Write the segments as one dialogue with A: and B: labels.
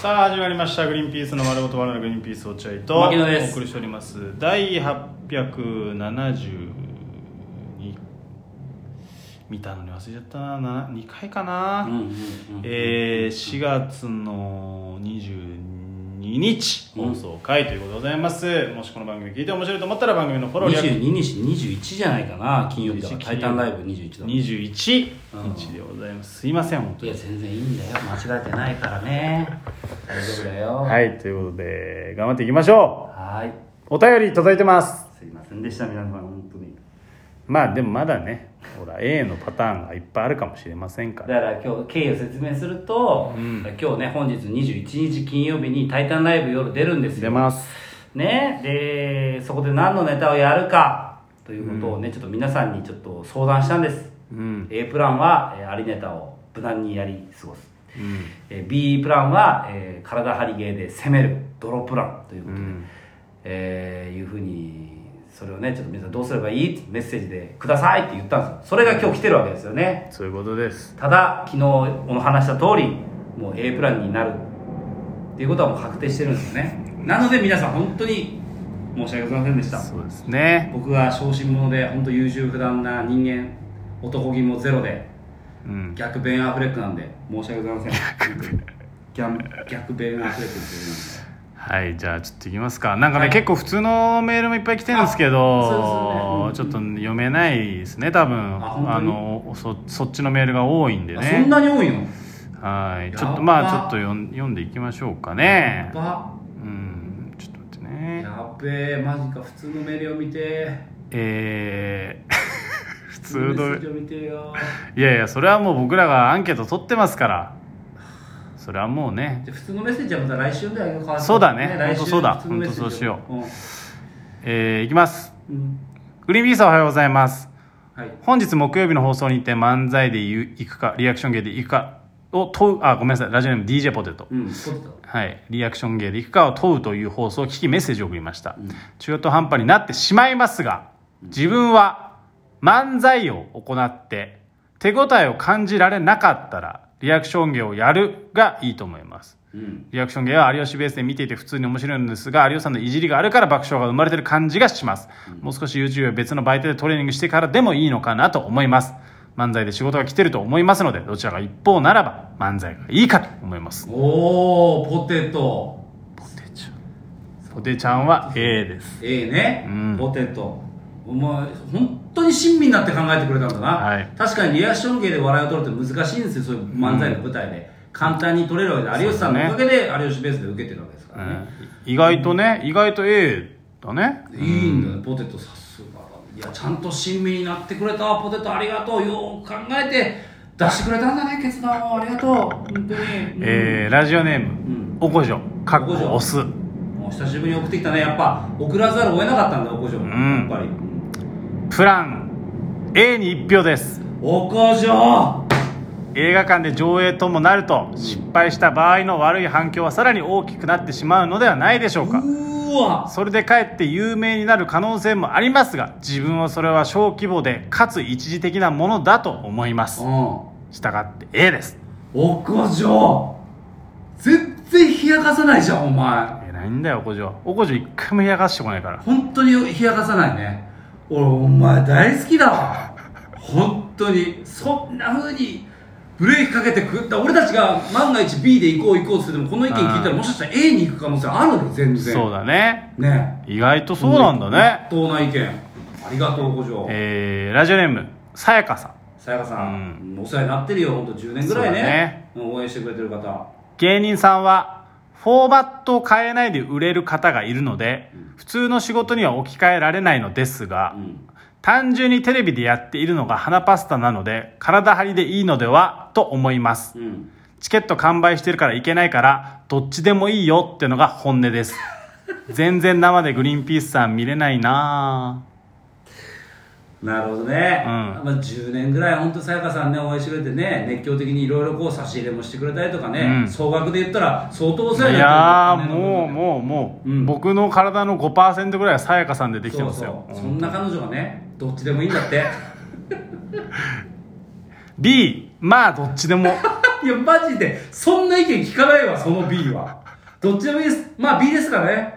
A: さあ始まりました「グリーンピースの丸ごと丸のグリーンピース落合」とお
B: 牧野です
A: 送りしております第872見たのに忘れちゃったな2回かな、
B: うんうんうん
A: えー、4月の22日
B: うん
A: 放送回ということでございます、もしこの番組聞いて面白いと思ったら番組のフォロー略
B: 22日21じゃないかな金曜日だから「
A: 21
B: タイタンライブ21だ」
A: 21
B: うん
A: 日でございますすいません本当
B: い
A: に
B: や全然いいんだよ間違えてないからね大丈夫だよは
A: はいということで頑張っていきましょ
B: ーいう
A: お便り届いてます
B: すいませんでした皆様本当に
A: まあでもまだねほら A のパターンがいっぱいあるかもしれませんか
B: だ
A: ら
B: から今日経緯を説明すると、
A: うん
B: 今日ね本日21日金曜日に「タイタンライブ」夜出るんです
A: 出
B: よ
A: ます
B: ねでそこで何のネタをやるかということをね、ちょっと皆さんにちょっと相談したんです
A: うん
B: A プランは、えーありネタを無難にやり過ごす
A: うん
B: えー B プランは、えー体張り芸で攻めるドロプランというこ
A: う
B: とで、
A: ん
B: えーいうふうにそれをねちょっと皆さんどうすればいいってメッセージでくださいって言ったんですよそれが今日来てるわけですよね
A: そういうことです
B: ただ昨日お話した通りもう A プランになるっていうことはもう確定してるんですよねなので皆さん本当に申し訳ございませんでした
A: そうですね
B: 僕は小心者で本当優柔不断な人間男気もゼロで
A: うん
B: 逆ベン・アフレックなんで申し訳ございません逆逆ベン・アフレックですよ
A: はいじゃあちょっといきますかなんかね、
B: はい
A: 結構普通のメールもいっぱい来てるんですけ
B: あそ
A: ど
B: うです
A: ちょ
B: よ
A: っ
B: ね
A: と読めないですね多分
B: あ本当に
A: のそそっちのメールが多いんで
B: 今あそん
A: ね
B: なに多いの
A: はい
B: やば
A: ちょっとまあちょっと読ん読んでいきましょうか
B: や
A: ね
B: ば
A: うんちょっと待ってね
B: やべえマジか普通のメールを見て
A: えー、 普
B: 普
A: 通
B: のメ
A: の
B: ッセージを見てよ
A: いやいやそれはもう僕らがアンケート取ってますからそれはもうね
B: じゃあ普通のメッセージはまた来週ぐらいに変わる
A: そうだね
B: 来週
A: ほんとそうだ
B: 普通のメッセージを
A: ほんえー、いきます
B: うん、うん
A: グリーンビーさんおはようございます
B: はい
A: 本日木曜日の放送にて漫才で言う行くかリアクション芸で行くかを問うあごめんなさいラジオネーム DJ ポテト
B: うん撮ってた
A: はいリアクション芸で行くかを問うという放送を聞きメッセージを送りました、
B: うん
A: 中途半端になってしまいますが自分は漫才を行って手応えを感じられなかったらリアクション芸をやるがいいと思います
B: うん
A: リアクション芸は有吉ベースで見ていて普通に面白いのですが、有吉さんのいじりがあるから爆笑が生まれてる感じがします。もう少し YouTube や別の媒体でトレーニングしてからでもいいのかなと思います。漫才で仕事が来てると思いますので、どちらが一方ならば漫才がいいかと思います。
B: おおポテト
A: ポテちゃん。ポテちゃんは A です。
B: ええね、
A: うん
B: ポテトお前本当に親身になって考えてくれたんだな、
A: はい
B: 確かにリアクション芸で笑いを取るって難しいんですよそういう漫才の舞台で、簡単に取れるわけで、有吉さんのおかげで有吉ベースで受けてるわけですか
A: う
B: らね
A: ん、意外とね、意外と A だね。
B: いいんだよポテトさすがだいやちゃんと親身になってくれたポテトありがとうよう考えて出してくれたんだね決断をありがとう本当に、うん
A: えー、ラジオネー
B: うん
A: ム、おこじょ、かっ
B: おこじょ
A: こオス。
B: もう久しぶりに送ってきたねやっぱ送らざるを得なかったんだおこじょうや
A: ん
B: っぱり
A: プラン、A に1票です。
B: おこじょ
A: 映画館で上映ともなると失敗した場合の悪い反響はさらに大きくなってしまうのではないでしょう
B: う
A: か
B: ーわ
A: それでかえって有名になる可能性もありますが自分はそれは小規模でかつ一時的なものだと思います
B: う
A: したがって A です
B: ん。おこじょ全然冷やかさないじゃん、お前。
A: えないんだよおこじょおこじょ一回も冷やかしてこないから
B: 本当に冷やかさないね。俺、お前大好きだわ。本当に。そんな風に、ブレーキかけてくだ俺たちが万が一 B で行こう行こうって言っても、この意見聞いたら
A: うん
B: もしかしたら A に行く可能性あるの全然。
A: そうだね
B: ね。
A: 意外とそうなんだね、。
B: 当な意見。ありがとう、おこじょ
A: えー、ラジオネームさやかさん
B: さやかさん、お世話になってるよ、本当10年ぐらい
A: そうだね
B: ね。うん応援してくれてる方。
A: 芸人さんはフォーマットを変えないで売れる方がいるので、普通の仕事には置き換えられないのですが、
B: うん。
A: 単純にテレビでやっているのが花パスタなので体張りでいいのではと思います
B: うん。
A: チケット完売してるから行けないからどっちでもいいよってのが本音です全然生でグリーンピースさん見れないなぁ
B: なるほどね、
A: うん
B: まあ、10年ぐらい本当さやかさんね応援してくれてね熱狂的にいろいろこう差し入れもしてくれたりとかね、
A: うん
B: 総額で言ったら相当お
A: い
B: 世話に
A: や
B: なって
A: ー
B: る
A: もう
B: う
A: もうもう、
B: うん
A: 僕の体の5%ぐらいはさやかさんでできてますよ
B: そうそうそんな彼女がねどっち でもいいんだって
A: B まあどっちでも
B: いや、マジで、そんな意見聞かないわ、その B は。どっちでもいいです。まあ B ですかね。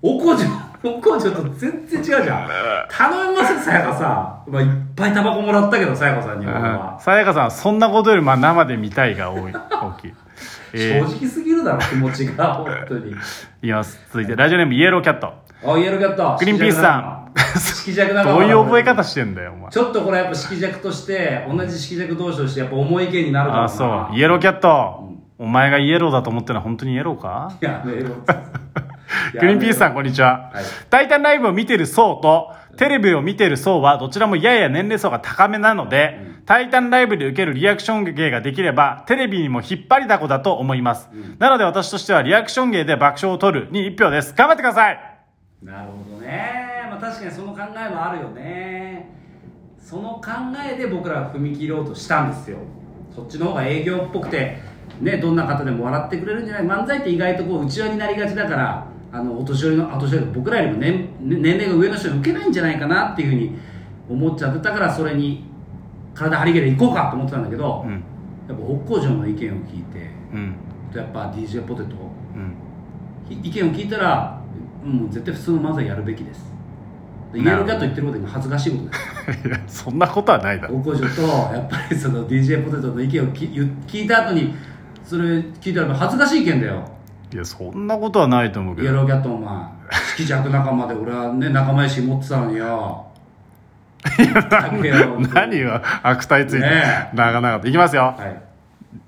B: おこじょ、おこじょと全然違うじゃん。頼みますよ、さやかさん。まあ、いっぱいタバコもらったけど、さやかさんには俺は。
A: さやかさんはそんなことよりまあ生で見たいが多い大きい、 え
B: 正直すぎるだろ、気持ちが、本当に。
A: ー、いきます続いてラジオネームイエローキャット
B: あ、イエローキャット。
A: グリーンピースさ
B: 色弱だ
A: ん
B: な
A: どういう覚え方してんだよお前
B: ちょっとこれやっぱ色弱として、同じ色弱同士として、やっぱ重い意見になるからな
A: あそうイエローキャット、お前がイエローだと思ってるのは本当にイエローか
B: やめろ。
A: グリーンピースさんこんにちは、
B: はい
A: タイタンライブを見てる層とテレビを見てる層はどちらもやや年齢層が高めなので、タイタンライブで受けるリアクション芸ができればテレビにも引っ張りだこだと思います、なので私としてはリアクション芸で爆笑を取るに1票です頑張ってください
B: なるほどね。まあ確かにその考えもあるよね。その考えで僕らは踏み切ろうとしたんですよ。そっちの方が営業っぽくて、ね、どんな方でも笑ってくれるんじゃない漫才って意外とこう内輪になりがちだから、あの、お年寄りの、あお年寄りの僕らよりも年、ね年齢が上の人に受けないんじゃないかなっていうふうに思っちゃってたから、それに体張り切れていこうかと思ってたんだけど、
A: うん
B: やっぱ北海道の意見を聞いて、
A: うん
B: やっぱ DJ ポテト
A: うん
B: 意見を聞いたらもう絶対普通の漫才やるべきですイエ
A: なる
B: ロ
A: ほど
B: ーキャット言ってること今恥ずかしいことです
A: いやそんなことはないだろ
B: 大工場とやっぱりその DJ ポテトの意見をき言聞いた後にそれ聞いたら恥ずかしい意見だよ
A: いやそんなことはないと思うけ
B: イエ
A: ど
B: ローキャットお前色弱仲間で俺はね仲間意識持ってたのによ
A: 何
B: よ
A: が悪態ついて
B: ね
A: 長々といきますよ
B: はい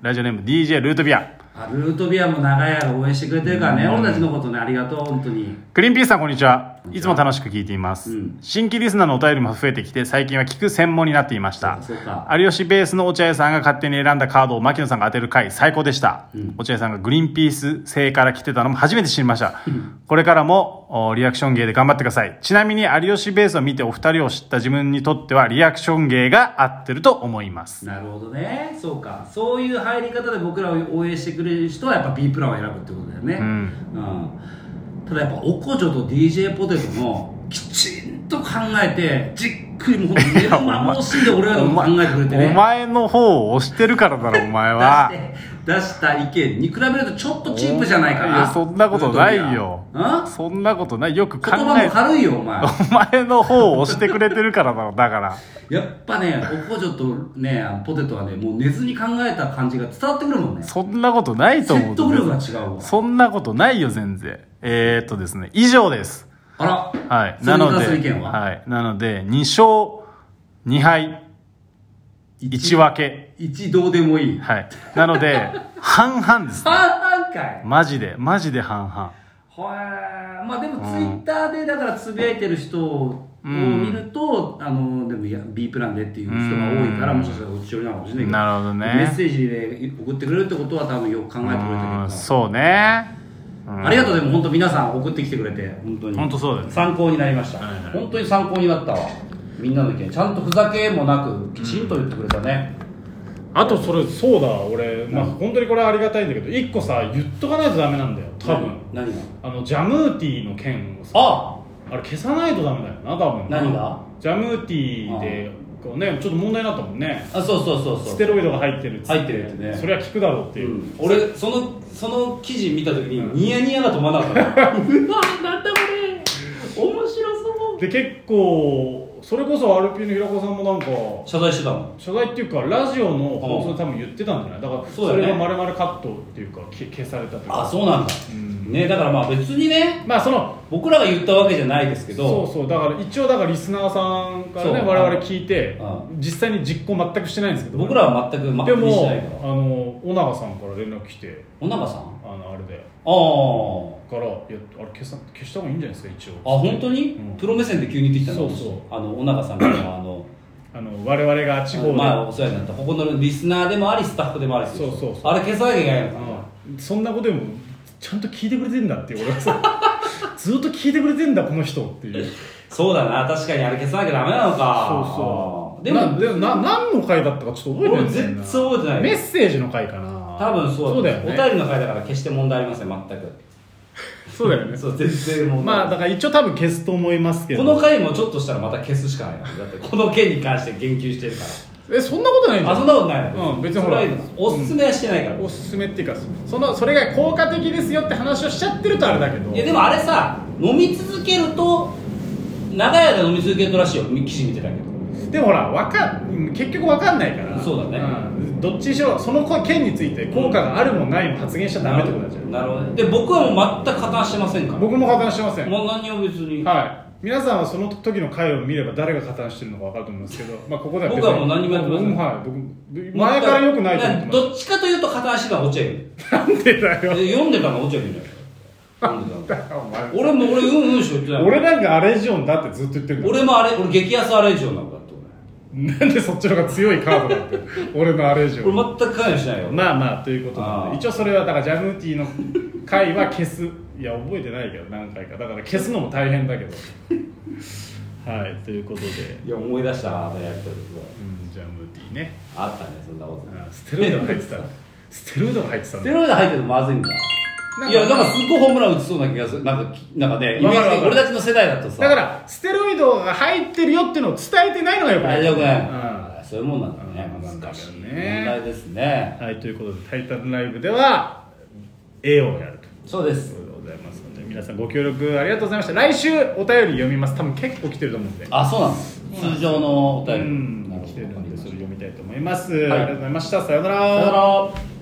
A: ラジオネーム DJ ルートビア
B: あルートビアも長屋が応援してくれてるからね、俺たちのことねありがとう本当に
A: クリーンピースさんこんにちはいつも楽しく聞いています、
B: うん
A: 新規リスナーのお便りも増えてきて最近は聞く専門になっていました
B: そうか
A: 有吉ベースの落合さんが勝手に選んだカードを牧野さんが当てる回最高でした、落合さんがグリーンピース製から来てたのも初めて知りましたこれからもおリアクション芸で頑張ってくださいちなみに有吉ベースを見てお二人を知った自分にとってはリアクション芸が合ってると思います
B: なるほどねそうかそういう入り方で僕らを応援してくれる人はやっぱ B プランを選ぶってことだよね、
A: ん
B: うんただやっぱおこちょと DJ ポテトもきちんと考えてじっくりもう本当に目の前のシーンで俺らのこと考えてくれてね
A: お前の方を押してるからだろお 前は
B: 出して出した意見に比べるとちょっとチープじゃないか
A: いや
B: な
A: そんなことないよ
B: うん言
A: そんなことないよく考
B: 葉
A: え
B: も軽いよお前
A: お前の方を押してくれてるからだろだから
B: やっぱねおこちょとねあのポテトはねもう寝ずに考えた感じが伝わってくるもんね
A: そんなことないと思
B: 説
A: う
B: 得力が違うわ
A: そんなことないよ全然えー、っとですね以上です
B: あら
A: はい
B: それ
A: な
B: に
A: の
B: 関
A: です
B: る意見は、
A: はい、なので2勝2敗1分け
B: 一度でもいい。
A: はいなので 半々です
B: 半々かい。
A: マジでマジで半々
B: はまあでもツイッターでだからつぶやいてる人を見ると、あのでもいや B プランでっていう人が多いから、
A: うん
B: もしかしたらおち寄りなのかもしれないけど
A: なるほどね
B: メッセージで送ってくれるってことは多分よく考えてくれてる
A: う
B: か
A: んそうね
B: らありがとうでも本当皆さん送ってきてくれて本当に
A: 本当そうだよね
B: 参考になりました、
A: はいはい
B: 本当に参考になったわみんなの意見ちゃんとふざけもなくきちんと言ってくれたね、
A: あとそれそうだ俺、まあ、本当にこれはありがたいんだけど一個さ言っとかないとダメなんだよ多分
B: 何が
A: あのジャムーティーの件をさ
B: あ
A: あれ消さないとダメだよな多分
B: 何が
A: ジャムーティーでこうねちょっと問題になったもんね
B: あそうそうそうそう
A: ステロイドが入ってるっつ
B: 入ってるってね
A: それは効くだろうっていう、
B: 俺そのその記事見た時にニヤニヤが止まらな かったうわなんだこれ面白そう
A: で結構それこそ RP の平子さんもなんか
B: 謝罪してたもん
A: 謝罪っていうかラジオの放送で多分言ってたんじゃないだから
B: そう
A: そ
B: だよね
A: れが丸々カットっていうかけ消されたというか
B: あそうなんだ、
A: うん
B: ねだからまあ別にね
A: まあその
B: 僕らが言ったわけじゃないですけ
A: そ
B: ど
A: うそうだから一応だからリスナーさんからね
B: そう
A: 我々聞いて
B: ああ
A: 実際に実行全くしてないんですけど
B: 僕らは全く全
A: で
B: くし
A: も
B: ないから
A: あの小長さんから連絡来て
B: 小長さん
A: あのあれで
B: ああ
A: からいやあれ消さ消した方がいいんじゃないですか一応
B: あ本当に、
A: うん
B: プロ目線で急に言ってきたの
A: そうそう
B: あの小長さ んからあの
A: あの我々が地方で、
B: まあお世話になったここのリスナーでもありスタッフでもありする
A: そうそうそ
B: あれ消さなきゃいけないのかな、
A: うんそんなことでもちゃんと聞いてくれてんだっていう俺はさずっと聞いてくれてんだこの人っていう
B: そうだな確かにあれ消さなきゃダメなのか
A: そうそう
B: で
A: な
B: も
A: でもな何の回だったかちょっと覚えてない
B: 俺
A: んだよ
B: 全
A: な
B: 然覚えてない
A: メッセージの回かな
B: 多分そう
A: だよ
B: お
A: ね
B: 便りの回だから決して問題ありません全く
A: そうだよね
B: そう全然問題
A: まあだから一応多分消すと思いますけ
B: こ
A: ど
B: の回もちょっとしたらまた消すしかないなだってこの件に関して言及してるから
A: えそんなことないんじゃ
B: あ
A: ん
B: そんなことない
A: うん別にほら
B: それはいいですおすすめはしてないから、
A: おすすめっていうかそのそれが効果的ですよって話をしちゃってるとあれだけど
B: いやでもあれさ飲み続けると長い間飲み続けるとらしいよ記事見てたけど
A: でもほらわかん結局わかんないから
B: そうだね
A: んどっちにしろその件について効果があるもないも発言しちゃダメってことだじゃん
B: なるほどねで僕はもう全く加担してませんからも
A: 僕も加担してません、
B: う何を別に、
A: はい皆さんはその時の回を見れば誰が加担してるのかわかると思うんですけど、まあ、ここでは別に
B: 僕はもう何もやってません
A: 僕もはい僕前から良くないと思ってま
B: どっちかというと片足が落ちてる
A: すなんでだよ
B: 読んでたの落ちてるんじ ゃない読んでたの
A: お前
B: 俺も俺うんうんしか言ってない
A: 俺なんかアレジオンだってずっと言ってるんだ
B: 俺もあれ俺激安アレンジョンなんだって
A: なんでそっちの方が強いカードだって 俺のアレジオン
B: 俺俺全く関与しないよ
A: まあまあということなん
B: ああ
A: で一応それはだからジャムーティーの回は消すいや覚えてないけど何回かだから消すのも大変 だけどはいということで、
B: いや思い出したあれやった時は
A: うん、ジャムーティーね
B: あったねそんなこと
A: あステロイドが入ってたステロイドが入ってた
B: ス
A: ん
B: テ
A: だ
B: ロイド入ってるのまずいんだ
A: なんか
B: いやなんかすっごいホームラン打ちそうな気がするなんかきなんかねイメージ
A: わかるわ
B: 的
A: か
B: に
A: る
B: 俺たちの世代だとさ
A: だからステロイドが入ってるよっていうのを伝えてないのがよくない
B: 大丈夫
A: うん
B: ねそういうもんなんだね
A: うん
B: 難しい
A: なんだ
B: 問
A: よね
B: 題ですね
A: はいということで「タイタンライブ」では絵をやると
B: そうです
A: いうことでございますので皆さんご協力ありがとうございました来週お便り読みます多分結構来てると思うんで
B: あそうなんです通常のお
A: う
B: 便り
A: ん
B: なるほ
A: 来
B: ど
A: てるんでそれ読みたいと思います、
B: い
A: ありがとうございましたさよう
B: さよなら